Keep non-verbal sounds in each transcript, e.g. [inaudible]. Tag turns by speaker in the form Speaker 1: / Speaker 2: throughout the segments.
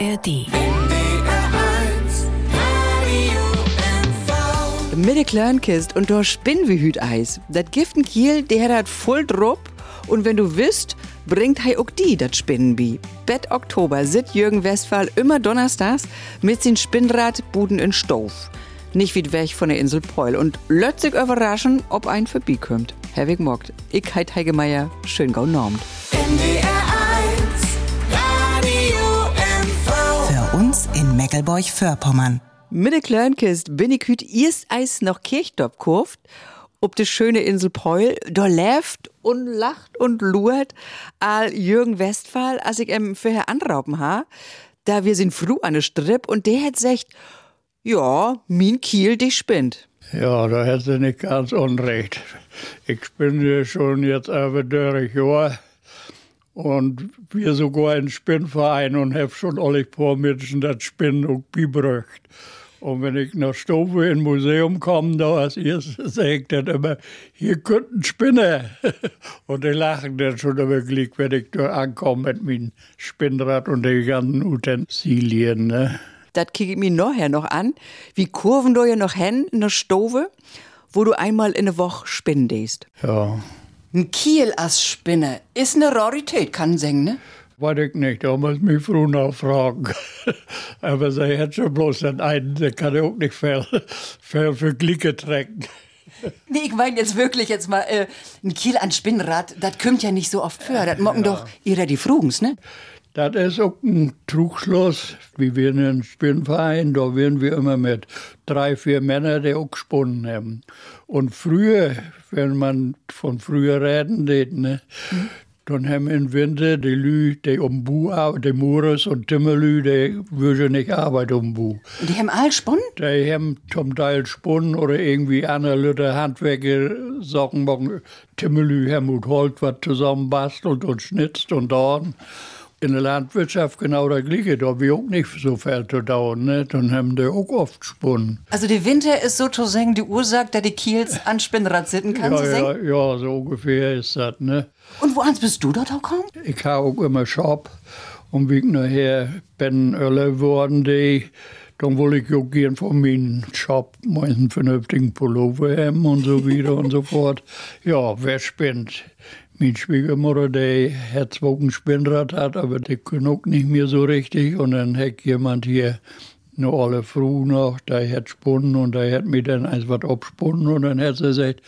Speaker 1: ARD.
Speaker 2: Mitte Kleinkist und da spinnen wie Hüt Eis. Dat Giften Kiel, der hat halt voll drupp. Und wenn du wisst, bringt hei auch die dat Spinnenbi. Bett Oktober sit Jürgen Westphal immer donnerstags mit sin Spinnrad Buden in Stouf. Nicht wie weg von der Insel Peul und lötzig überraschen, ob ein vorbeikommt. Herwig mockt. Ich heit Heigemeier, schön gau normt.
Speaker 3: Für uns in Meckelburg-Vörpommern.
Speaker 2: Mit der Klönkist bin ich hüt ihrs Eis noch Kirchtop kurft, ob de schöne Insel Peul, da läft und lacht und luert all Jürgen Westphal, als ich em für Herr Anrauben ha, da wir sind fru an der Strip und der hat secht, ja, min Kiel dich spinnt.
Speaker 4: Ja, da hätte sie nicht ganz unrecht. Ich bin hier schon jetzt aber Jahre und wir sogar ein Spinnverein und habe schon alle paar Menschen das Spinnen auch beibracht. Und wenn ich nach Stove in Museum komme, da als erstes sagt dann immer, hier könnten Spinner. [laughs] und die lachen dann schon immer glück, wenn ich da ankomme mit meinem Spinnrad und den ganzen Utensilien. Ne?
Speaker 2: Dat kick ich mir nachher noch an, wie Kurven du ja noch hen in der Stove, wo du einmal in der Woche spinnen dest.
Speaker 4: Ja,
Speaker 2: Ein Kiel als Spinne ist ne Rarität, kann singen, ne?
Speaker 4: Weiß ich nicht, da muss mich Frau nachfragen. [laughs] Aber sie hat schon bloß den einen, der kann ja auch nicht viel, viel [laughs] für Glicke trecken.
Speaker 5: Nee, ich meine jetzt wirklich jetzt mal, äh, ein Kiel an Spinnrad, das kommt ja nicht so oft vor. Das mocken doch ihrer die Frugens, ne?
Speaker 4: Das ist auch ein Trugschluss. Wie wir in einem Spinnverein, da wären wir immer mit drei, vier Männern, die auch gesponnen haben. Und früher, wenn man von früher reden geht, ne, dann haben im Winter die Lü, die um Bu, ar- die Mures und Timmerlü, die würden nicht arbeiten um Bu.
Speaker 5: Und die haben all Sponnen?
Speaker 4: Die haben zum Teil Spunnen oder irgendwie andere Leute Handwerker, Sachen machen. Timmelü, Helmut Holt, was zusammen bastelt und schnitzt und dauern. In der Landwirtschaft genau das Gleiche, da wir auch nicht so viel zu dauern, ne? dann haben die auch oft Spunnen.
Speaker 5: Also der Winter ist sozusagen die Ursache, dass die Kiels an Spinnrad sitten kann.
Speaker 4: Ja,
Speaker 5: so
Speaker 4: ja,
Speaker 5: singen.
Speaker 4: ja, so ungefähr ist das. Ne?
Speaker 5: Und woans bist du dort auch gekommen?
Speaker 4: Ich habe auch immer Shop und wie ich nachher bin Öller worden, die, dann wollte ich auch gern von meinem Shop meinen vernünftigen Pullover haben und so wieder und so fort. Ja, wer spinnt? Meine Schwiegermutter, die hat zwar ein Spinnrad hat, aber die kann auch nicht mehr so richtig und dann hat jemand hier eine alle Frau noch, da hat spunnen und da hat mir dann eins was abspunnen und dann hat sie gesagt,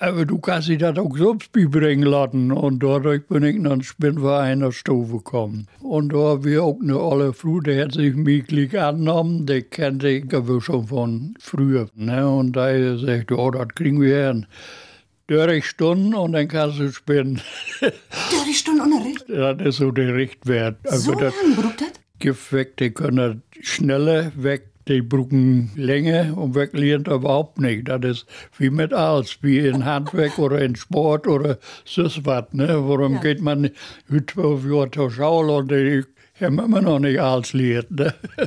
Speaker 4: aber du kannst dich das auch selbst beibringen lassen. Und dadurch bin ich dann Spinnverein der Stufe gekommen. Und da hab ich auch eine alle Frau, die hat sich mich gleich angenommen, die kannte ich aber schon von früher. Ne? Und da hat sie gesagt, ja, das kriegen wir hin. 30 Stunden und dann kannst du spinnen. [laughs]
Speaker 5: Ja, die Stunden Unterricht.
Speaker 4: das ist so der Richtwert. Also
Speaker 5: So
Speaker 4: das-
Speaker 5: lang brugt das?
Speaker 4: Gift weg, die können schneller weg, die brücken länger und weglernt überhaupt nicht. Das ist wie mit alles, wie in Handwerk oder in Sport oder sonst was. Ne? Warum geht man mit zwölf Jahren zur Schule und die haben immer noch nicht alles lehrt. Ne? [laughs]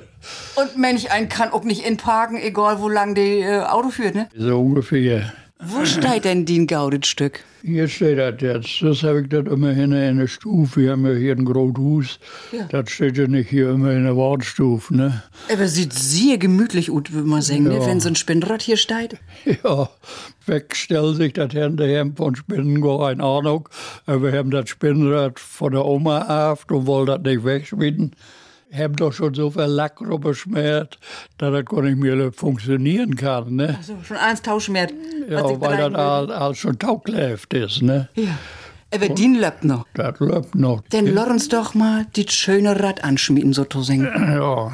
Speaker 5: Und Mensch, ein kann auch nicht in Parken, egal wo lang die äh, Auto führt, ne?
Speaker 4: So ungefähr.
Speaker 2: Wo steigt denn din gaudet Stück?
Speaker 4: Hier steht das jetzt. Das habe ich das immerhin in der Stufe. Wir haben ja hier ein großes Hus. Das steht ja nicht hier immer in der Wortstufe. Ne?
Speaker 5: Aber sieht sehr gemütlich aus, würde man sagen, ne? Wenn so ein Spinnrad hier steigt.
Speaker 4: [laughs] Ja, wegstellt sich das Händehemd von Spinnen, gar keine Ahnung. Äh, Wir haben das Spinnrad von der Oma erhaft und wollen das nicht wegschmieden. Haben doch schon so viel Lack rumgeschmiert, dass das gar nicht mehr funktionieren kann. Ne?
Speaker 5: So, schon eins tauschen mehr.
Speaker 4: ja, weil das alles, alles schon taugläft ist. Ne?
Speaker 5: Ja. Aber den läuft noch.
Speaker 4: Das läuft noch.
Speaker 5: Dann lor uns doch mal die schöne Rad anschmieden, sozusagen.
Speaker 4: [clears throat] Ja,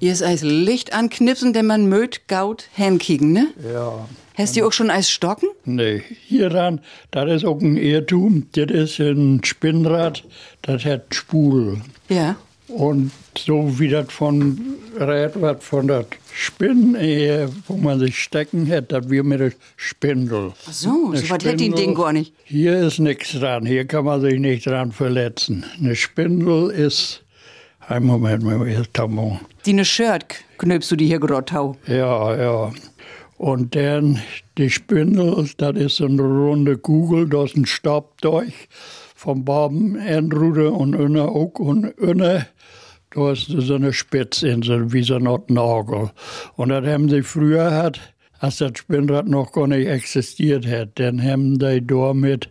Speaker 5: Ihr ist als Licht anknipsen, denn man mögt gaut hänkigen, ne?
Speaker 4: ja.
Speaker 5: Hast du auch schon als Stocken?
Speaker 4: Nee, hier dann, das ist auch ein Irrtum. Das ist ein Spinnrad, das hat Spul.
Speaker 5: Ja.
Speaker 4: Und so wie das von Rät was von der Spinne, äh, wo man sich stecken hätte, das wir mit der Spindel. Ach
Speaker 5: so, so was hätt die Ding gar nicht.
Speaker 4: Hier ist nichts dran, hier kann man sich nicht dran verletzen. Eine Spindel ist. Ein Moment, mal, erst einmal.
Speaker 2: Die ne Shirt knöpst du die hier grottau.
Speaker 4: Ja, ja. Und dann die Spindel, das ist so eine runde Kugel, da ist ein Stab durch, vom Babenendrude und inne auch und inne Du hast so eine Spitzinsel wie so ein Nagel. Und das haben sie früher hat, als das Spinnrad noch gar nicht existiert hat, dann haben die da mit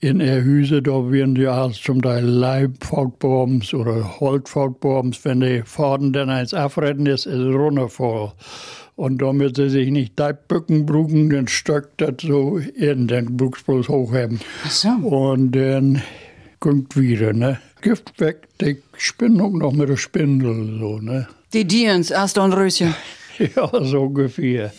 Speaker 4: in der Hüse, da werden die als zum Teil Leibfaultbombs oder Holzfaultbombs, wenn die Faden dann eins abretten ist, ist es runtervoll. Und damit sie sich nicht Leibbücken brücken, dann stöckt das so in, dann brückst bloß hochheben.
Speaker 5: Ach so.
Speaker 4: Und dann kommt wieder, ne? Gift weg, die Spinnung noch mit der Spindel, so, ne? [laughs]
Speaker 5: Die Dienst, Astor und Röschen.
Speaker 4: Ja, so ungefähr.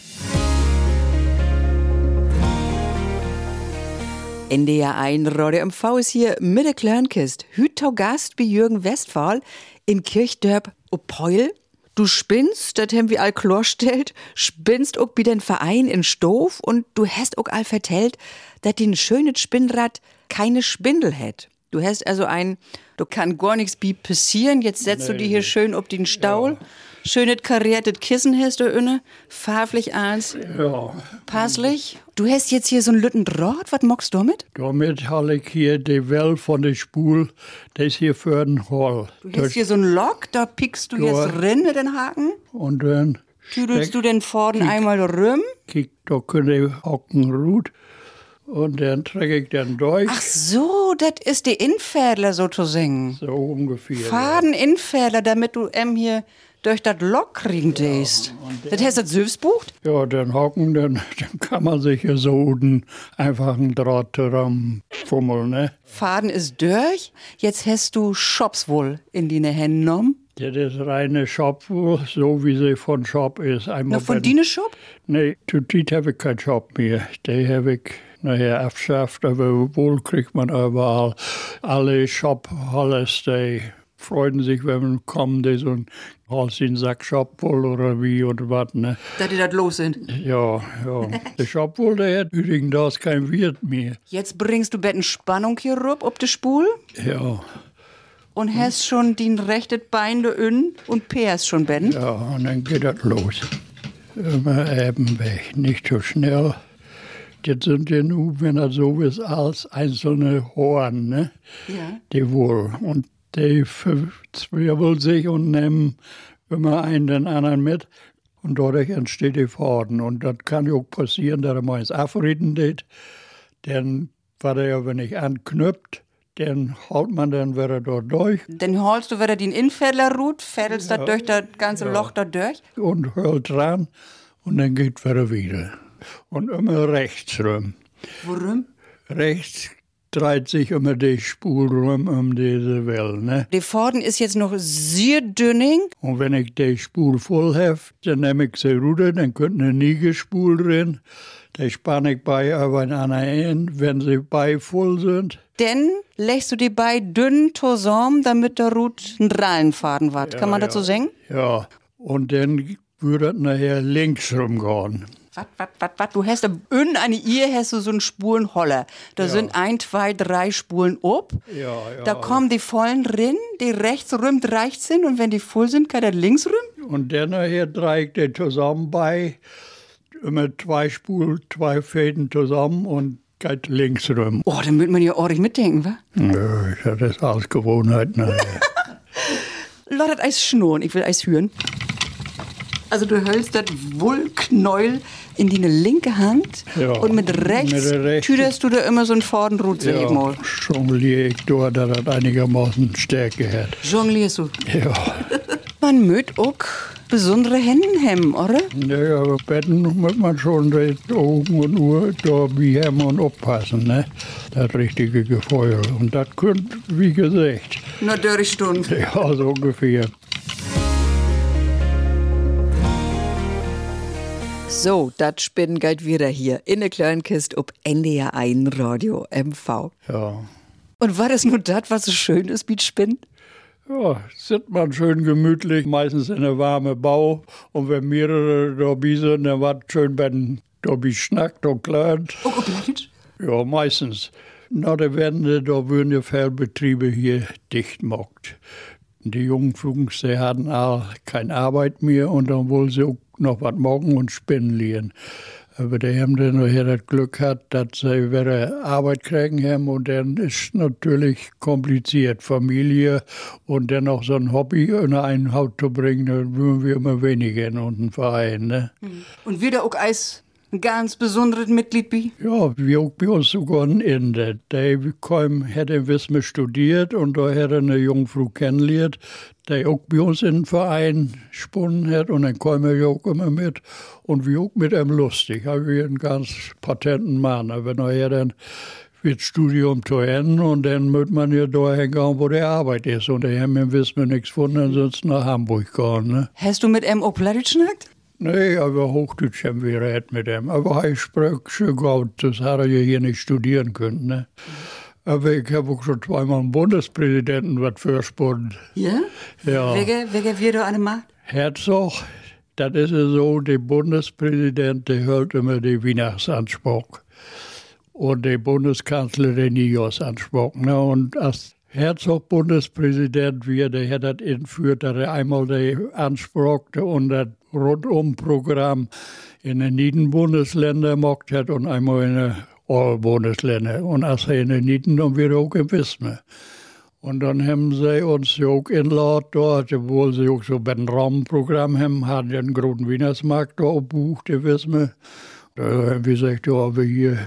Speaker 2: NDR 1 Radio MV ist hier mit der Klörnkist. Hütau Gast bei Jürgen Westphal in Kirchdörp Opeul. Du spinnst, das haben wir all klarstellt, spinnst auch bei den Verein in Stof und du hast auch all vertellt, dass den schönen Spinnrad keine Spindel hätt. Du hast also ein, du kann gar nichts bi passieren, jetzt setzt du die hier schön ob den Staul. Schönes kariertes Kissen hast du inne, farblich eins,
Speaker 4: Ja,
Speaker 2: passlich. Du hast jetzt hier so ein lütten Draht, was mockst du damit?
Speaker 4: damit habe ich hier die Welle von der Spul, das hier für den Hall.
Speaker 2: Du hast hier so ein Lock, da pickst du
Speaker 4: Ja.
Speaker 2: jetzt rein mit den Haken,
Speaker 4: Und dann
Speaker 2: tüdelst du den Vorden einmal rüm.
Speaker 4: kick, da können die Hocken ruht. Und dann träge ich den durch,
Speaker 2: Ach so, das ist die Infädler so zu singen.
Speaker 4: so ungefähr. ne?
Speaker 2: Faden Infädler, damit du M hier durch das Lock kriegen däst. Das heißt, das selbst bucht?
Speaker 4: Ja, den [laughs] Hocken, dann, dann kann man sich hier so einen einfachen Draht dran fummeln, ne?
Speaker 2: Faden ist durch. Jetzt hast du Shops wohl in deine Hände genommen.
Speaker 4: Das ist reine Shop, so wie sie von Shop ist. Einmal
Speaker 2: Noch von
Speaker 4: bei-
Speaker 2: deine Shop?
Speaker 4: Nee, zu dit habe ich keinen Job mehr. Den habe ich nachher abschafft, aber wohl kriegt man überall. Alle Shop, alles, die freuen sich, wenn man kommt, die so ein Hals in den Sack Shop wohl oder wie und was, ne?
Speaker 5: Dass die das los sind.
Speaker 4: Ja, ja. der Shop wohl, der hat übrigens da ist kein Wirt mehr.
Speaker 5: Jetzt bringst du Betten Spannung hier rüber, ob die Spul.
Speaker 4: Ja,
Speaker 5: Und hast schon den rechtet Bein da innen und Peers schon Betten.
Speaker 4: ja, und dann geht das los. Immer eben weg, nicht so schnell. Jetzt sind ja nur, wenn er so ist, als einzelne Horn, ne?
Speaker 5: Ja.
Speaker 4: die wohl. Und die verzwirbeln sich und nehmen immer einen den anderen mit. Und dadurch entsteht die Faden. Und das kann ja auch passieren, dass er mal ins Afriten geht. Denn, weil er ja, wenn ich anknüpft, dann haut man dann wieder dort durch
Speaker 5: Dann holst du wieder den Infädler rut, fädelst das durch das ganze Loch da durch.
Speaker 4: und hört dran. Und dann geht wieder wieder. Und immer rechts rum.
Speaker 5: Worum?
Speaker 4: Rechts dreht sich immer die Spur rum um diese Welle, ne?
Speaker 2: Die Faden ist jetzt noch sehr dünning.
Speaker 4: Und wenn ich die Spur voll habe, dann nehme ich sie runter, dann könnte eine Niegespur drin. Die spanne ich bei übereinander ein, wenn sie bei voll sind.
Speaker 2: Denn legst du die bei dünn zusammen, damit der Rut einen Drallenfaden wird. Kann man dazu singen?
Speaker 4: Ja, und dann würde es nachher links rumgehen.
Speaker 5: Was, was, was, was? Du hast da innen eine Ihr hast du so einen Spulenholler. Da sind ein, zwei, drei Spulen ob.
Speaker 4: Ja, ja.
Speaker 5: Da kommen die vollen rin, die rechts rühmt, rechts sind und wenn die voll sind, kann der links rühmen.
Speaker 4: Und dann nachher drehe ich die zusammen bei, immer zwei Spulen, zwei Fäden zusammen und geht links rum.
Speaker 5: Oh, dann wird man ja ordentlich mitdenken, wa?
Speaker 4: Nö, das ist als Gewohnheit
Speaker 5: [laughs]
Speaker 4: ne? nachher.
Speaker 5: Lottet Eis schnurren, ich will Eis hüren. Also du hölst das Wollknäuel in deine linke Hand
Speaker 4: Ja.
Speaker 5: und mit rechts
Speaker 4: Mit der rechten.
Speaker 5: tüderst du da immer so einen Vordenrut, sag ich mal.
Speaker 4: jongliere ich da, dass das einigermaßen Stärke hat.
Speaker 5: Jonglierst du.
Speaker 4: Ja.
Speaker 5: Man mögt auch besondere Hände haben, oder?
Speaker 4: Naja, aber Betten muss man schon seit Augen und Uhr da wie haben und aufpassen, ne? Das richtige Gefeuer. Und das könnt, wie gesagt, [laughs]
Speaker 5: Nur dörre Stunden.
Speaker 4: ja, so ungefähr.
Speaker 2: So, das Spinnen galt wieder hier in der kleinen Kiste ob NDR 1 Radio MV.
Speaker 4: Ja.
Speaker 2: Und war das nur das, was so schön ist mit Spinnen?
Speaker 4: Ja, sitzt man schön gemütlich, meistens in einer warmen Bau. Und wenn mehrere Dobby sind, dann wird schön Betten Dobby schnackt und klärt. Ja, meistens. Na, der Wende, da würden die Fährbetriebe hier dicht gemacht. Die jungen Fuchs, die hatten all keine Arbeit mehr und dann wohl sie auch noch was morgen und spinnen liehen. Aber die haben dann nachher das Glück gehabt, dass sie wieder Arbeit kriegen haben und dann ist natürlich kompliziert. Familie und dann noch so ein Hobby in einen Haut zu bringen, dann würden wir immer weniger in unseren Verein. Ne?
Speaker 5: Und wieder auch als ein ganz besonderes Mitglied bi.
Speaker 4: Ja, wir auch bei uns sogar ein Ende. Der kam, hätte Wismar studiert und da hätte er eine Jungfrau kennengelernt, der auch bei uns in den Verein gesponnen hat und dann kam er ja auch immer mit und wir auch mit ihm lustig. Haben wir einen ganz patenten Mann. Aber nachher dann wird Studium zu Ende und dann wird man ja da hingehen, wo die Arbeit ist. Und da haben wir in Wismar nichts gefunden, dann sind sie nach Hamburg gegangen. Ne?
Speaker 5: Hast du mit M. auch Plattdeutsch geschnackt?
Speaker 4: Nee, aber Hochdeutsch haben wir geredet mit ihm. Aber er spricht schon gut, das hat er ja hier nicht studieren können. Ne? Aber ich habe auch schon zweimal einen Bundespräsidenten was versponnen.
Speaker 5: Ja?
Speaker 4: Ja.
Speaker 5: Wege, wege wir da an der Macht?
Speaker 4: Herzog, das ist ja so, der Bundespräsident, der hört immer den Weihnachtsanspruch. Und die Bundeskanzler den Neujahrsanspruch. Ne? Und als Herzog Bundespräsident wird, der hat das entführt, dass er einmal den Anspruch und das Rundumprogramm in den nieden Bundesländern gemacht hat und einmal in den All-Bundesländern. Und als er in den Nieden, dann wieder auch ne? im Wismar. Und dann haben sie uns ja auch in Lord dort, obwohl sie auch so ein Rahmenprogramm haben, haben den großen Wienersmarkt da gebucht, ihr wisst mir. Da haben wir gesagt, ja, aber hier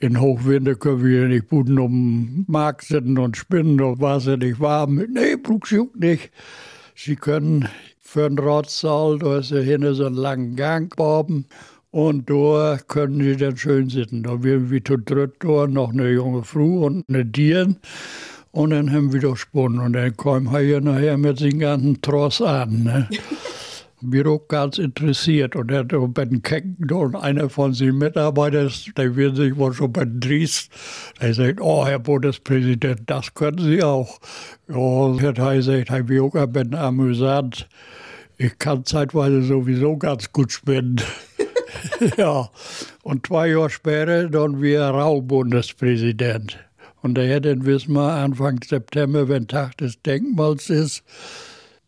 Speaker 4: in Hochwinter können wir hier nicht guten um den Markt sitzen und spinnen, da war es ja nicht warm. Nee, brauchst du auch nicht. Sie können für den Ratssaal, da ist ja hinten so einen langen Gang oben. Und da können sie dann schön sitzen. Da wir wie zu dritt da noch eine junge Frau und eine Dieren. Und dann haben wir doch Spunnen. Und dann kam er ja nachher mit dem ganzen Tross an. Ne? Mir auch ganz interessiert. Und er hat auch bei den Kecken da und einer von seinen Mitarbeitern, der wird sich wohl schon bei Dries, der sagt, oh, Herr Bundespräsident, das können Sie auch. Ja, Herr Theil sagt, Herr Bioka, bin amüsant. Ich kann zeitweise sowieso ganz gut spinnen. [laughs] ja. Und zwei Jahre später dann wir Rau-Bundespräsident. Und der Herr in Wismar Anfang September, wenn Tag des Denkmals ist,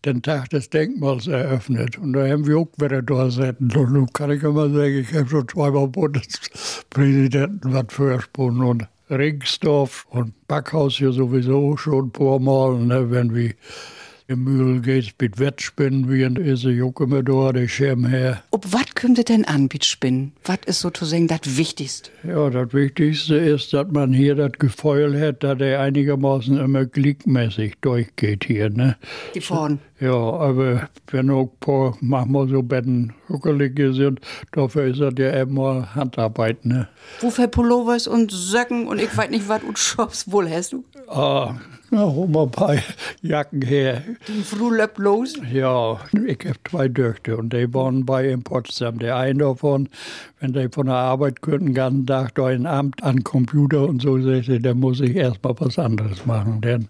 Speaker 4: den Tag des Denkmals eröffnet. Und da haben wir auch wieder da sitzen. Und nun kann ich immer sagen, ich habe schon zweimal Bundespräsidenten was versponnen. Und Ringsdorf und Backhaus hier sowieso schon ein paar Mal, ne, wenn wir im Mühl geht, mit Wettspinnen, wie in Isse, Jucke mir da, der Schirm her.
Speaker 5: Ob wat kümmt ihr denn an, mit Spinnen? Wat ist sozusagen das Wichtigste?
Speaker 4: Ja, das Wichtigste ist, dass man hier das Gefeuel hat, dass er einigermaßen immer glickmäßig durchgeht hier. Ne?
Speaker 5: Die Vorn.
Speaker 4: Ja, aber wenn auch ein paar manchmal so Betten huckelige sind, dafür ist das ja immer Handarbeit. Ne?
Speaker 5: Wo für Pullovers und Söcken und ich weiß nicht wat und Shops wohl hast du?
Speaker 4: Ah, na, hol mal ein paar Jacken her.
Speaker 5: Die Früh löppt los.
Speaker 4: Ja, ich habe zwei Töchter und die waren bei in Potsdam. Der eine davon, wenn der von der Arbeit kommt, den ganzen Tag da in Amt an Computer und so, sagt sie, dann muss ich erstmal was anderes machen. Dann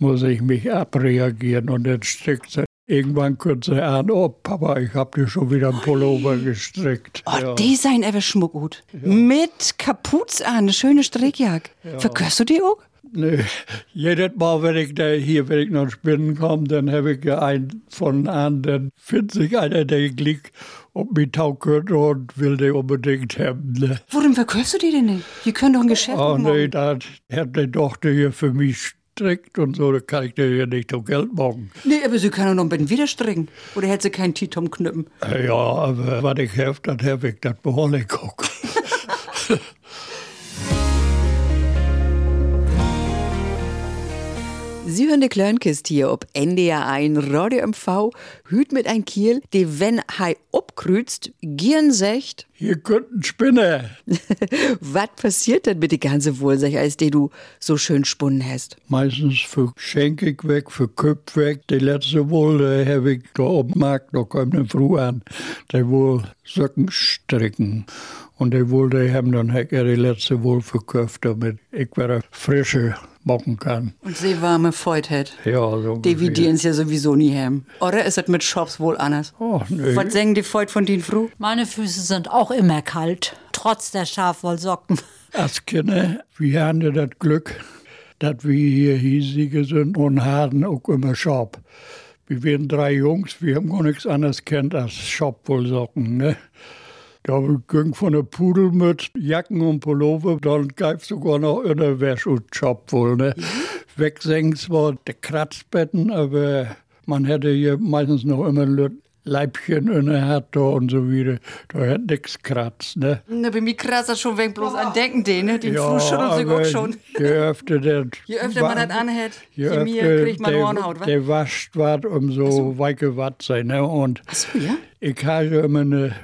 Speaker 4: muss ich mich abreagieren und dann strickt sie. Irgendwann kommt sie an, oh Papa, ich hab dir schon wieder einen Pullover gestrickt.
Speaker 5: Oh, die sein ever Schmuckhut. Mit Kapuze an, eine schöne Strickjacke. Verkörst du die auch?
Speaker 4: Nee, jedes Mal, wenn ich da hier, wenn ich nach Spinnen komme, dann habe ich ja einen von an, dann findet sich einer, der Glück ob mich taugt und will den unbedingt haben. Ne?
Speaker 5: Worin verkörst du die denn nicht? Hier können doch ein Geschäft
Speaker 4: Oh nee,
Speaker 5: machen.
Speaker 4: da hat die Tochter hier für mich strickt und so, da kann ich dir hier nicht so Geld machen.
Speaker 5: Nee, aber sie kann doch noch ein bisschen wieder stricken. Oder hätte sie keinen Titom knüppen?
Speaker 4: Ja, aber was ich habe, das habe ich, das behalte ich auch.
Speaker 2: Sie hören die Klönkist hier ob NDR 1 Radio MV, Hüt mit ein Kiel, die wenn Hai obkrüzt, gieren secht.
Speaker 4: Hier könnten Spinne.
Speaker 2: Was passiert denn mit die ganze Wohlsech, als die du so schön spunnen hast?
Speaker 4: Meistens für Schenke ich weg, für Köpf weg. Die letzte wohl, da habe ich da auf dem Markt, da kommt eine Frau an, der wohl Socken stricken. Und die wohl, die haben dann hat er die letzte wohl verkauft, damit ich wieder frische machen kann.
Speaker 5: Und sie warme Freud hat.
Speaker 4: Ja, so
Speaker 5: Dividieren sie ja sowieso nie haben. Oder ist das mit Shops wohl anders?
Speaker 4: Oh, nee.
Speaker 5: Was sagen die Freud von den Fru?
Speaker 1: Meine Füße sind auch immer kalt, trotz der Schafwollsocken.
Speaker 4: Als Kinder, wir hatten ja das Glück, dass wir hier hiesige sind und hatten auch immer Shop. Wir waren drei Jungs, wir haben gar nichts anderes kennt als Shopwollsocken. Ne? Da ging von der Pudel mit Jacken und Pullover, dann greifst sogar noch in der Wäsche und Job wohl. Ne? Wegsenken zwar die Kratzbetten, aber man hätte hier meistens noch immer Lü- Leibchen in der Härte und so wieder. Da hätte nichts kratzt. Ne?
Speaker 5: Na, bei mir kratzt das schon, wenn ich bloß an Denken den, ne? Den Fluch schüttelt sich auch
Speaker 4: aber
Speaker 5: schon.
Speaker 4: Je öfter, der
Speaker 5: [laughs] Je öfter man das anhat, je mehr kriegt man
Speaker 4: der,
Speaker 5: Hornhaut, wa?
Speaker 4: Der wascht was, umso weiche was sein. Ne? Und
Speaker 5: Achso, ja?
Speaker 4: ich habe immer eine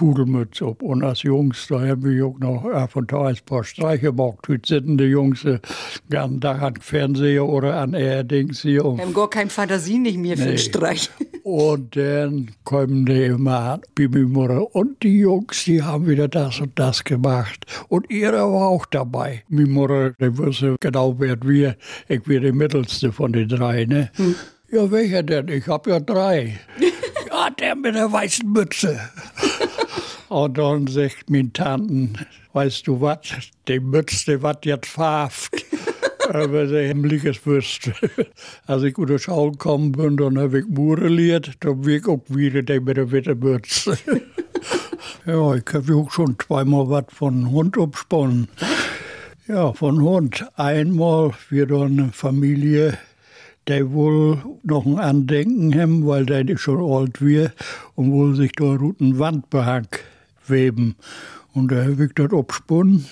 Speaker 4: Wettpudelmütze ab. Und als Jungs, da haben wir auch noch äh, von da als paar Streiche gemacht. Heute sitzen die Jungs äh, den ganzen Tag an Fernseher oder an ARDs hier. Und
Speaker 5: Wir haben gar keine Fantasie nicht mehr für den
Speaker 4: Nee.
Speaker 5: Streich.
Speaker 4: und dann kommen die immer an, Bibi Mutter. Und die Jungs, die haben wieder das und das gemacht. Und ihre war auch dabei. Mi Mutter, die wusste genau, wer wir. Ich bin die mittelste von den drei, ne? Ja, welcher denn? Ich hab ja drei. ja, der mit der weißen Mütze. Und dann sagt mein Tanten, weißt du was, die Mütze wird jetzt verhaft. Aber sie hemmliches Würst. [laughs] Als ich unter Schauen gekommen bin, dann habe ich mureliert, dann bin ich auch wieder der mit der Wittermütze. ja, ich habe auch schon zweimal was von Hund absponnen. Ja, von Hund. Einmal wir da eine Familie, der wohl noch ein Andenken haben, weil der nicht schon alt wir und wohl sich da einen Wandbehang weben. Und da habe ich das abspunnen.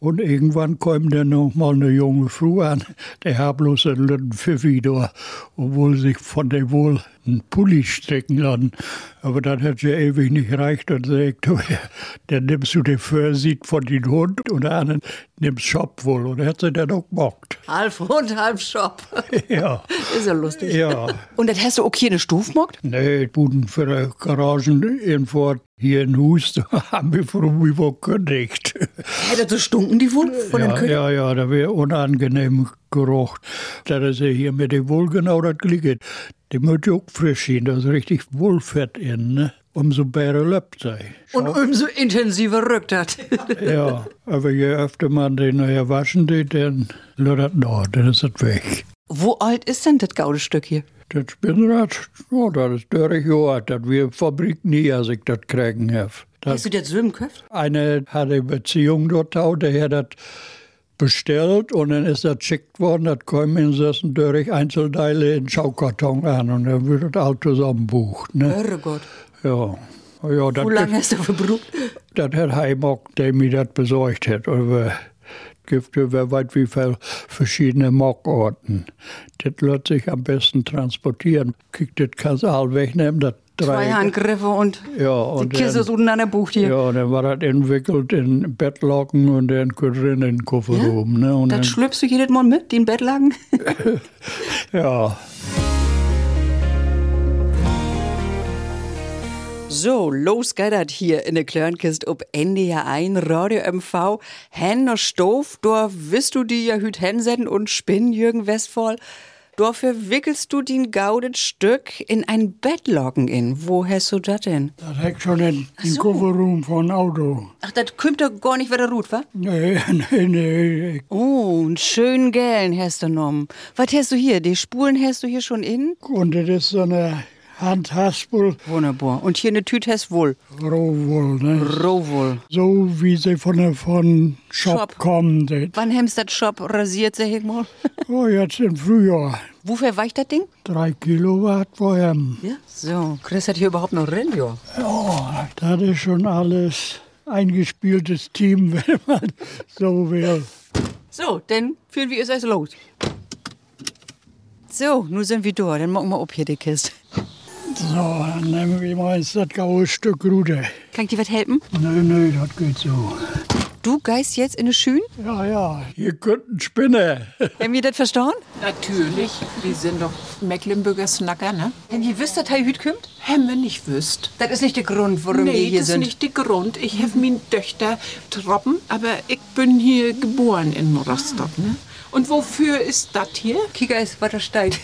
Speaker 4: Und irgendwann kommt dann noch mal eine junge Frau an, der hat bloß einen lütten Pfiffi da, obwohl sich von der wohl einen Pulli stricken lassen. Aber das hat ja ewig nicht gereicht. Dann sag ich, du, dann nimmst du den Fursied von den Hund und den anderen nimmst Shop wohl. Und hat sie dann auch gemockt.
Speaker 5: [laughs] Halb Hund, halb Shop.
Speaker 4: [laughs] Ja,
Speaker 5: Ist ja lustig.
Speaker 4: ja.
Speaker 2: Und das hast du auch hier eine Stufe gemacht?
Speaker 4: Nee, Buden für die Garagen in Fort hier in Hus, [laughs] da haben wir früh gekündigt.
Speaker 2: Hätte so stunken die wohl von
Speaker 4: ja, ja, ja, da wäre unangenehm geroch. Da ist er hier mit dem Wohl genau das Gleiche. Die muss auch frisch sein, da ist richtig Wohlfett in, ne? Umso besser lebt sei.
Speaker 5: Und umso intensiver rückt das.
Speaker 4: Ja, aber je öfter man den nachher waschen tät, dann lädt das noch, dann ist das weg.
Speaker 2: [laughs] Wo alt ist denn das Gaudestück hier?
Speaker 4: Das Spinnrad, ja, das ist dörrig Jahr, das wir Fabrik nie, als ich das kriegen habe. Das
Speaker 5: Hast du das so im Kopf?
Speaker 4: Eine hatte Beziehung dort, auch, der hat das bestellt und dann ist das geschickt worden, das kommen insassen durch Einzelteile in Schaukarton an und dann wird das alles zusammenbucht. Ne?
Speaker 5: Irre Gott.
Speaker 4: Ja. Ja, das,
Speaker 5: Wo lange hast du verbraucht?
Speaker 4: das hat Heimock, der mir das besorgt hat. Aber es gibt über weit wie viel verschiedene Mockorten. Das lässt sich am besten transportieren. Kriegt das Kasal wegnehmen, das
Speaker 5: Zwei
Speaker 4: Dreieck
Speaker 5: Handgriffe und
Speaker 4: Ja,
Speaker 5: die
Speaker 4: und
Speaker 5: Kiste
Speaker 4: dann-
Speaker 5: ist untereinander bucht hier.
Speaker 4: ja, und dann war das entwickelt in Bettlocken und dann in den Koffer oben. Ne? Und
Speaker 5: Das
Speaker 4: dann,
Speaker 5: schlüpfst du jedes Mal mit, den Bettlagen?
Speaker 4: ja,
Speaker 2: [laughs] So, los geht das hier in der Klörnkist ob NDR 1, Radio MV, Henner Stoff, da wirst du die ja hüt hinsetzen und spinnen, Jürgen Westphal. Dafür wickelst du den gaudet Stück in ein Bettlocken in. Wo hast du das denn?
Speaker 4: das hängt schon in den Kofferraum von Auto.
Speaker 5: Ach, das kommt doch gar nicht, wer da ruht, wa?
Speaker 4: Nee, nee, nee.
Speaker 2: Oh, einen schönen Gellen hast du genommen. Was hast du hier? Die Spulen hast du hier schon in?
Speaker 4: Und das ist so eine Handhaspel,
Speaker 2: Wunderbar. Und hier eine Tüte hast wohl.
Speaker 4: Rohwohl, ne?
Speaker 2: Rowohl.
Speaker 4: So wie sie von der von Shop,
Speaker 2: Shop.
Speaker 4: kommen. die-
Speaker 2: Wann hemst das Shop rasiert, sag ich mal?
Speaker 4: Oh, jetzt im Frühjahr.
Speaker 2: Wofür weicht das Ding?
Speaker 4: Drei Kilowatt vorher.
Speaker 5: Ja. So, Chris hat hier überhaupt noch Rind, ja.
Speaker 4: Oh, das ist schon alles eingespieltes Team, [laughs] wenn man so will.
Speaker 5: So, dann führen wir es erst los.
Speaker 2: So, nun sind wir da. Dann machen wir ab hier die Kiste.
Speaker 4: So, dann nehmen wir mal jetzt das graue Stück Rute.
Speaker 2: Kann ich dir was helfen?
Speaker 4: Nö, nö, das geht so.
Speaker 2: Du geist jetzt in eine Schüne?
Speaker 4: Ja, ja, hier könnten Spinne. [laughs]
Speaker 2: Haben wir das verstanden?
Speaker 6: Natürlich, wir sind doch Mecklenburger Snacker, ne?
Speaker 5: Wenn ihr wisst, dass Hai Hüt kommt,
Speaker 6: Hemme nicht wüsst.
Speaker 5: das ist nicht der Grund, warum wir
Speaker 6: nee,
Speaker 5: hier
Speaker 6: das
Speaker 5: sind.
Speaker 6: ist nicht der Grund. Ich habe meine Töchter troppen, aber ich bin hier geboren in Rostock, ne? Und wofür ist das hier?
Speaker 5: Kika ist, was da steht.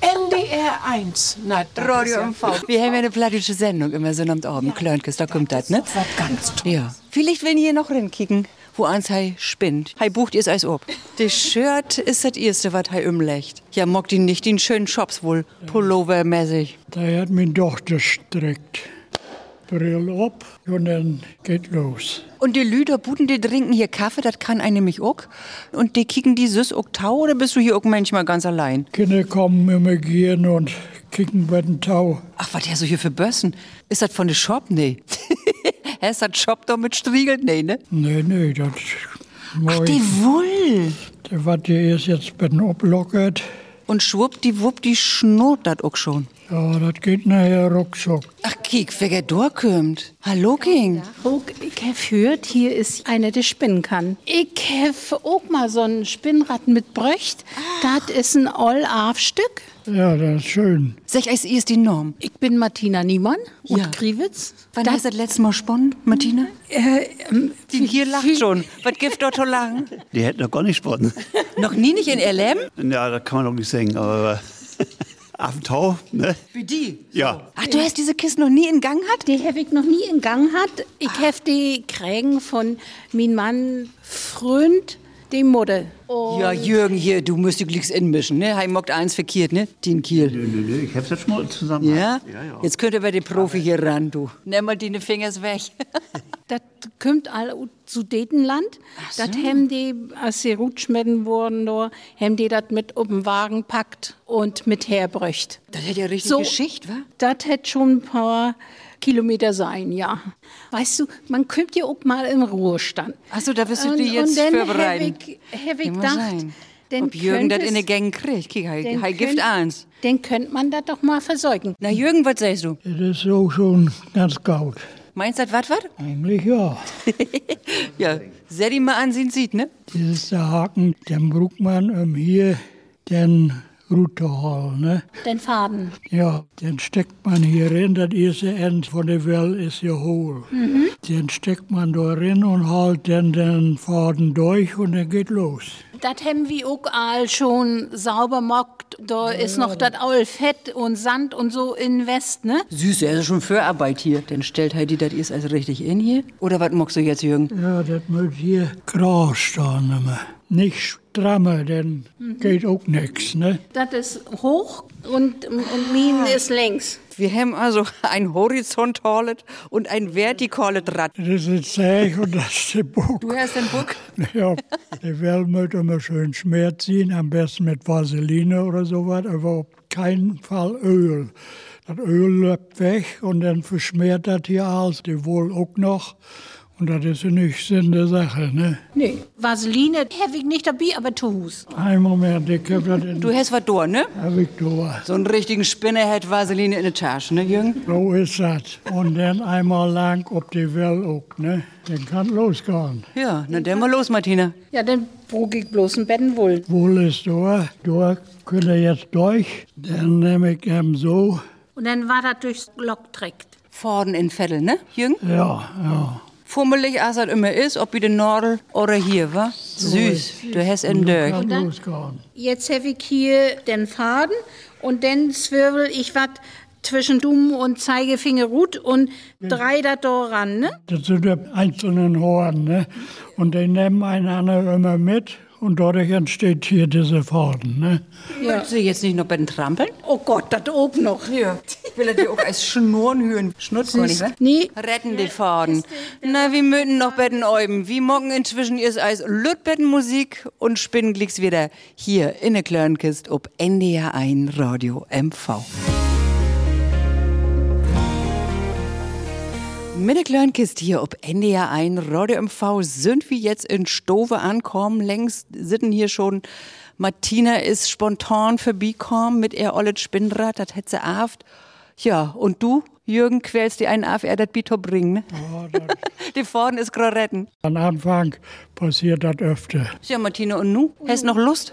Speaker 6: NDR 1. Na, das ist
Speaker 5: Radio
Speaker 6: ja
Speaker 5: MV.
Speaker 2: Wir haben ja eine plattische Sendung immer so am Abend. Ja. Klönkes, da kommt das, ne?
Speaker 6: was ganz Tolles.
Speaker 2: Ja. Vielleicht will ich hier noch reinkicken, wo eins Hai spinnt. Hai bucht ihr's Eis ob. Das Shirt ist das erste, was Hai umlecht. Ja, mag die nicht, den schönen Shops wohl. Pullover-mäßig.
Speaker 4: Da hat meine Tochter strickt. Brille ab und dann geht los.
Speaker 5: Und die Lüder Buden, die trinken hier Kaffee, das kann ein nämlich auch. Und die kicken die süß auch tau oder bist du hier auch manchmal ganz allein?
Speaker 4: Kinder kommen immer gehen und kicken bei den Tau.
Speaker 5: Ach, was der so hier für Bössen? Ist das von der Shop? Nee. [laughs] Ist das Shop doch mit Striegelt? Nee, ne?
Speaker 4: Nee, nee, das
Speaker 5: Ach, die Wull.
Speaker 4: Der was der ist jetzt bei den ablockert.
Speaker 5: Und schwuppdiwupp, die schnurrt das auch schon.
Speaker 4: Ja, das geht nachher ruckzuck.
Speaker 5: Ach, kiek, wer da durchkommt. Hallo, King.
Speaker 7: Auch ich habe gehört, hier ist einer, der spinnen kann. Ich habe auch mal so einen Spinnrad mitbröcht. Das ist ein all af stück
Speaker 4: Ja, das ist schön.
Speaker 5: Sech, es ist die Norm.
Speaker 7: Ich bin Martina Niemann und
Speaker 5: Ja.
Speaker 7: Griewitz.
Speaker 5: Wann hast du das letzte Mal sponnen, Martina? Äh, die hier lacht schon. Was gibt dort so lang?
Speaker 8: Die hätten doch gar nicht [laughs] spotten.
Speaker 5: [laughs] Noch nie nicht in LM?
Speaker 8: ja, da kann man doch nicht singen, aber. [laughs] Affentau, ne? Wie die? Ja.
Speaker 5: Ach, du hast diese Kiste noch nie in Gang hat?
Speaker 7: Die habe ich noch nie in Gang hat. Ich habe die Krägen von mein Mann Frönd, dem Mutter.
Speaker 5: Ja, Jürgen, hier, du musst die Glicks inmischen, ne? Heim mockt eins verkehrt, ne? Den Kiel.
Speaker 8: Nö, nö, nö, ich hab's jetzt schon mal zusammen.
Speaker 5: Ja? Jetzt könnt ihr bei dem Profi hier ran, du. Nimm mal deine Fingers weg.
Speaker 7: Das kommt all ut zu Detenland. Das haben die, als sie rutschmitten wurden, da, haben die das mit auf den Wagen packt und mit herbröcht.
Speaker 5: das hätte ja richtig Geschichte, wa?
Speaker 7: Das hätte schon ein paar Kilometer sein, ja. Weißt du, man könnte ja auch mal in Ruhestand.
Speaker 5: Ach so, da wirst du
Speaker 7: Und-
Speaker 5: die jetzt
Speaker 7: und dann
Speaker 5: vorbereiten.
Speaker 7: hab ich- hab ich
Speaker 5: Ja, muss
Speaker 7: gedacht,
Speaker 5: sein.
Speaker 7: dann
Speaker 5: Ob Jürgen das
Speaker 7: könntest-
Speaker 5: in der Gang kriegt, kick, hei,
Speaker 7: Dann
Speaker 5: hei Gift
Speaker 7: könnt-
Speaker 5: eins.
Speaker 7: Dann könnte man das doch mal versäugen.
Speaker 5: Na, Jürgen, was sagst du?
Speaker 4: Das ist so schon ganz gut.
Speaker 5: Meinst du das was, was? [laughs]
Speaker 4: Eigentlich ja.
Speaker 5: Ja, sehr die mal ansehen sieht, ne?
Speaker 4: Das ist der Haken, den braucht man, um hier den Routerhall, ne?
Speaker 7: Den Faden.
Speaker 4: Ja, den steckt man hier rein, das erste End von der Welle ist ja hohl.
Speaker 5: Mhm.
Speaker 4: Den steckt man da rein und halt dann den Faden durch und dann geht los.
Speaker 7: Das haben wir auch all schon sauber mockt. Da ist noch das all Fett und Sand und so in West, ne?
Speaker 5: Süß, er ist schon für Arbeit hier. Dann stellt Heidi das erst also richtig in hier. Oder was mockst du jetzt, Jürgen?
Speaker 4: Ja, das muss hier krass dann immer. Nicht stramme, denn
Speaker 5: Mhm.
Speaker 4: geht auch nichts, ne?
Speaker 7: Das ist hoch und, und Minen ist längs.
Speaker 5: Wir haben also ein horizontales und ein vertikales Rad.
Speaker 4: Das ist ein Zeich und das ist der Bock.
Speaker 5: Du hast den Buck.
Speaker 4: Ja, die Welle muss immer schön schmiert ziehen, am besten mit Vaseline oder sowas, aber auf keinen Fall Öl. Das Öl läuft weg und dann verschmiert das hier alles, die wohl auch noch. Und das ist ja nicht Sinn der Sache, ne?
Speaker 7: Nee, Vaseline habe ich nicht dabei, aber tu's.
Speaker 4: Ein Moment, ich hab das in
Speaker 5: Du hast was da, ne?
Speaker 4: der Victor.
Speaker 5: So einen richtigen Spinner hat Vaseline in der Tasche, ne, Jürgen?
Speaker 4: So ist das. Und dann einmal lang auf die Welle auch, ne? Dann kann losgehen.
Speaker 5: Ja, na dann mal los, Martina.
Speaker 7: Ja, dann brug ich bloß ein Bettenwohl.
Speaker 4: Wohl ist da, da könnt ihr jetzt durch. Dann nehme ich eben so.
Speaker 7: Und dann war das durchs Lock trägt.
Speaker 5: Vorden in Vettel, ne, Jürgen?
Speaker 4: Ja, ja.
Speaker 5: Fummelig, als das immer ist, ob wie den Nordel oder hier, wa? Süß, du hast in Dirk.
Speaker 4: Kann losgehen.
Speaker 7: Jetzt habe ich hier den Faden und dann zwirbel ich was zwischen Dumm und Zeigefinger ruht und drei da do ran, ne?
Speaker 4: Das sind die einzelnen Horn, ne? Und die nehmen einander immer mit und dadurch entsteht hier diese Faden, ne?
Speaker 5: Willst du jetzt nicht noch bei den Trampeln?
Speaker 7: Oh Gott, das oben noch.
Speaker 5: Ja. Ich will das hier auch als Schnorren hören. Schnurrt gar nicht, wa?
Speaker 7: Nee,
Speaker 5: Retten die Faden. Na, wir möten noch Betten äuben. Wir mocken inzwischen ihr Eis Lütbettenmusik und spinnen glicks wieder hier in der Klörnkist ob NDR 1 Radio MV. Mit der Klörnkist hier ob NDR 1 Radio MV sind wir jetzt in Stove ankommen. Längst sitten hier schon. Martina ist spontan vorbeikommen mit ihr ollet Spinnrad, das hätt sie aft. Ja, und du, Jürgen, quälst dir einen AFR, das Bito bringen, ne? [laughs] Die vorne ist gerade retten.
Speaker 4: Am Anfang passiert das öfter.
Speaker 5: Tja, Martina, und nu? Hast noch Lust?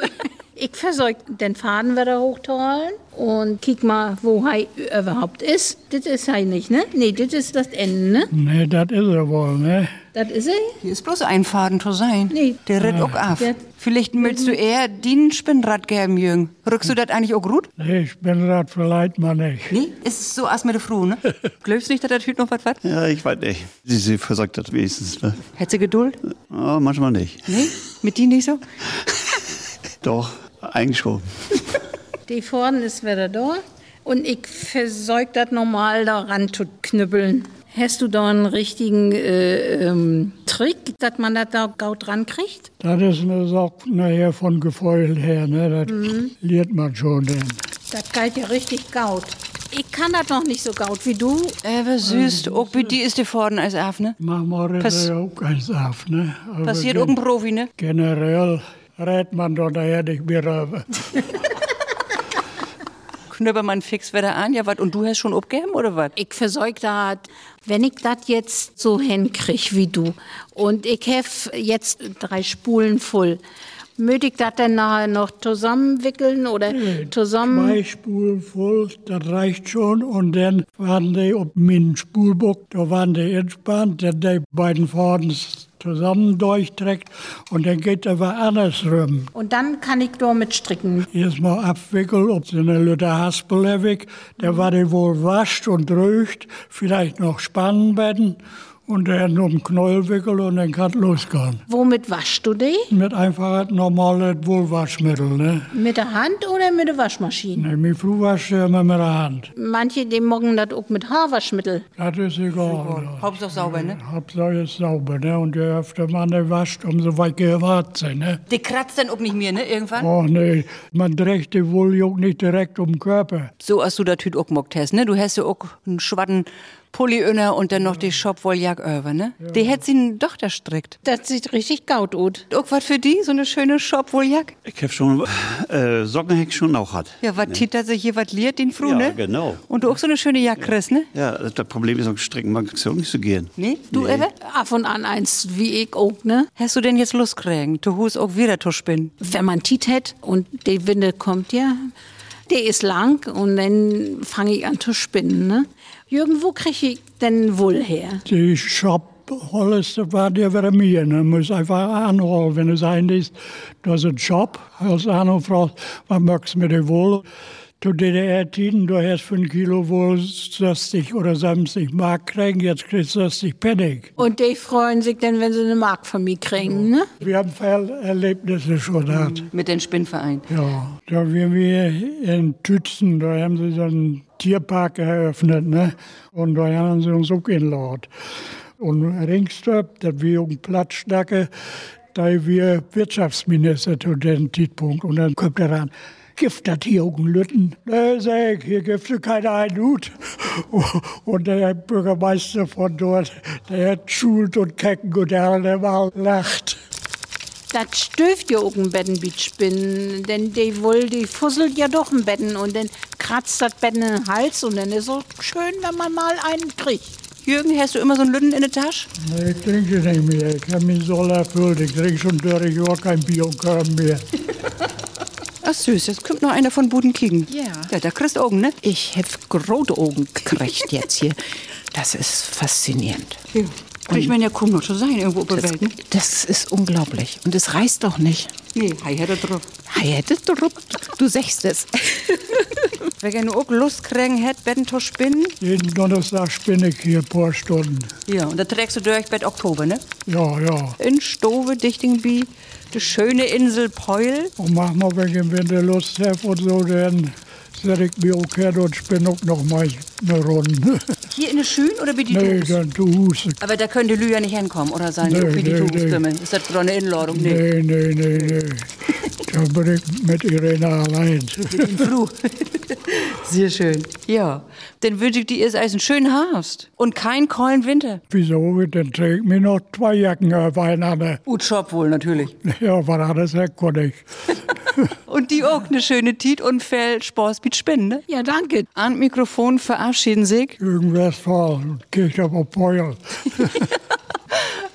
Speaker 7: [laughs] ich versorg den Faden wieder hochzuholen und kick mal, wo er überhaupt ist. Das ist er nicht, ne? Nee, das ist das Ende, ne?
Speaker 4: Ne, das ist er wohl, ne?
Speaker 7: Das ist er.
Speaker 5: [laughs] Hier ist bloß ein Faden zu sein.
Speaker 7: Nee.
Speaker 5: Der ritt auch af.
Speaker 7: Der-
Speaker 5: Vielleicht willst du eher den Spinnrad geben, Jürgen. Rückst du das eigentlich auch gut?
Speaker 4: Nee, Ne, ich bin das verleiht man nicht.
Speaker 5: Nee, ist so as mit der Fru, ne? [laughs] Glaubst nicht, dass das Hüt noch was was?
Speaker 8: Ja, ich weiß nicht. Sie, sie versagt das wenigstens, ne?
Speaker 5: Hätt sie Geduld?
Speaker 8: Aber manchmal nicht.
Speaker 5: Nee? Mit die nicht so?
Speaker 8: Doch, eigentlich schon.
Speaker 7: Die vorne ist wieder da. Und ich versäug das normal daran zu knüppeln. Hast du da einen richtigen äh, ähm, Trick, dass man das da gaut dran kriegt?
Speaker 4: Das ist eine Sache nachher von Gefäul her, ne? das liert man schon. ne? Denn.
Speaker 7: Das galt ja richtig gaut. Ich kann das noch nicht so gaut wie du.
Speaker 5: Er war Äh, süß. Auch bei dir ist die Forden als Af, ne?
Speaker 4: Man macht
Speaker 5: Pass-
Speaker 4: das ja auch ganz auf. Ne? Aber
Speaker 5: Passiert
Speaker 4: gen-
Speaker 5: auch ein Profi, ne?
Speaker 4: Generell rät man doch nachher nicht mehr. darüber.
Speaker 5: Knöppermann fix wieder an, ja was? Und du hast schon abgegeben, oder was?
Speaker 7: Ich versäug das. Wenn ich das jetzt so hinkrieg wie du und ich hef jetzt drei Spulen voll, möchte ich das dann nachher noch zusammenwickeln oder zusammen...
Speaker 4: Zwei Spulen voll, das reicht schon. Und dann waren die auf meinen Spulbock, da waren die entspannt, dann die beiden Vorden zusammen durchträgt und dann geht er aber andersrum.
Speaker 7: Und dann kann ich da mit stricken.
Speaker 4: Erstmal abwickeln, ob sie eine Lütte Haspel weg, der war die wohl wascht und röcht, vielleicht noch Spannenbetten und dann um den Knäuel wickeln und dann kann losgehen.
Speaker 7: Womit waschst du die?
Speaker 4: Mit einfach normales Wohlwaschmittel, ne?
Speaker 7: Mit der Hand oder mit der Waschmaschine?
Speaker 4: Ne, Mit Frühwasche immer mit der Hand.
Speaker 7: Manche, die morgen das auch mit Haarwaschmittel.
Speaker 4: Das ist egal.
Speaker 5: Hauptsache sauber, ne?
Speaker 4: Hauptsache ist sauber, ne? Und je öfter man den wascht, umso weiter wart sie, ne?
Speaker 5: Die kratzt dann auch nicht mehr, ne? Irgendwann?
Speaker 4: Och nee, man trägt die Wohljuck nicht direkt um den Körper.
Speaker 5: So hast du das Hüt auch mockt hast, ne? Du hast ja auch einen schwatten Pulli inner und dann noch die Shopwolljack über, ne? Die hätt sie doch da strickt.
Speaker 7: Das sieht richtig gaut aus.
Speaker 5: Auch was für die, so eine schöne Shopwolljack.
Speaker 8: Ich hab schon äh, Sockenheck schon auch hat.
Speaker 5: Ja, was tit da sich hier was liert, den Fru,
Speaker 8: Ja,
Speaker 5: ne?
Speaker 8: genau.
Speaker 5: Und du auch so eine schöne Jack kriegst, ne?
Speaker 8: Ja, das das Problem ist auch stricken, man kann auch nicht so gehen.
Speaker 5: Nee? Du, Ewe?
Speaker 7: Ab und an eins, wie ich auch, ne?
Speaker 5: Hast du denn jetzt Lust kriegen? Du hust auch wieder zu spinnen.
Speaker 7: Wenn man Tiet hat und die Winde kommt ja, der ist lang und dann fange ich an zu spinnen, ne? Jürgen, wo kriege ich denn wohl her?
Speaker 4: Die Shop alles war der wieder mir, ne? Muss einfach anholen, wenn es ein ist. Das ist ein Shop. Als Anno fragt, was magst du mit der Wohl? Zu DDR-Tiden, du hast für ein Kilo wohl 60 oder 70 Mark kriegen, jetzt kriegst du 60 Pfennig.
Speaker 7: Und die freuen sich dann, wenn sie eine Mark von mir kriegen, ne?
Speaker 4: Wir haben viele Erlebnisse schon gehabt.
Speaker 5: Mit den Spinnverein.
Speaker 4: Ja, da wir wir in Tützen, da haben sie so einen Tierpark eröffnet, ne? Und da haben sie uns auch geladen. Und Ringstöp, das wir um Platz schnacken, da wir Wirtschaftsminister zu dem Zeitpunkt. Und dann kommt er ran. Gift das hier auch in Lütten? Ne, sag, ich, hier gibt es keine einen Hut. [laughs] Und der Bürgermeister von dort, der hat schult und kecken und der mal lacht.
Speaker 7: Das stöft ja auch ein Bettenbeet spinnen, denn die wohl, die fusselt ja doch ein Betten und dann kratzt das Betten in den Hals und dann ist es schön, wenn man mal einen kriegt.
Speaker 5: Jürgen, hast du immer so einen Lütten in der Tasche?
Speaker 4: Nee, ich trinke nicht mehr. Ich habe mich so erfüllt. Ich trinke schon 30 Jahre kein Bier und Körben mehr.
Speaker 5: Ach süß, jetzt kommt noch einer von Budenkigen.
Speaker 9: Ja.
Speaker 5: Ja, da kriegst du Augen, ne?
Speaker 9: Ich habe große Augen gekriegt jetzt hier. Das ist faszinierend.
Speaker 5: Ich meine, ja, komm noch zu sein, irgendwo über ne?
Speaker 9: Das, das ist unglaublich. Und es reißt doch nicht.
Speaker 5: Nee, hei, hätte drauf.
Speaker 9: Hey, das- Du sechst es.
Speaker 5: Wer gerne auch Lust kriegen hätte, Betten zu spinnen.
Speaker 4: Jeden Donnerstag spinne ich hier ein paar Stunden.
Speaker 5: Ja, und da trägst du durch Bett Oktober, ne?
Speaker 4: Ja, ja.
Speaker 5: In Stove, Dichtingby, die schöne Insel Peul.
Speaker 4: Und mach mal, wenn ich Winter Lust habe und so, dann setze ich mich auch her und spinne auch noch mal eine Runde. [laughs]
Speaker 5: Hier in der Schön oder bei die
Speaker 4: nee,
Speaker 5: nee,
Speaker 4: dann zu Hause.
Speaker 5: Aber da können die Lüja nicht hinkommen, oder sein? Nee,
Speaker 4: Nee,
Speaker 5: die
Speaker 4: nee,
Speaker 5: nee,
Speaker 4: nee.
Speaker 5: Ist das doch eine Inladung? Nee.
Speaker 4: Nee, nee, nee, nee. Da bin ich mit Irene allein.
Speaker 5: Fru. Sehr schön. Ja, dann wünsche ich dir erst einen schönen Herbst und keinen kahlen Winter.
Speaker 4: Wieso? Dann träg ich mir noch zwei Jacken auf einander.
Speaker 5: Gut Job wohl, natürlich.
Speaker 4: Ja, was anderes konnte ich.
Speaker 5: Und die auch eine schöne Tiet und Fell Spaß mit Spinnen, ne?
Speaker 7: Ja, danke. [laughs]
Speaker 5: An Mikrofon verabschieden sich.
Speaker 4: Irgendwas vor. Geht aber Feuer.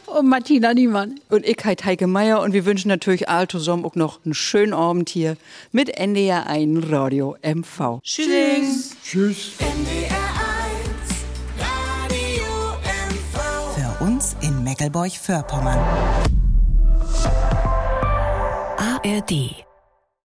Speaker 7: Und Martina Niemann.
Speaker 5: Und ich heiße Heike Meier und wir wünschen natürlich all zusammen auch noch einen schönen Abend hier mit NDR 1 Radio MV. Tschüss.
Speaker 4: [laughs] Tschüss.
Speaker 10: NDR1 Radio MV.
Speaker 3: Für uns in Meckelburg-Vorpommern.
Speaker 11: ARD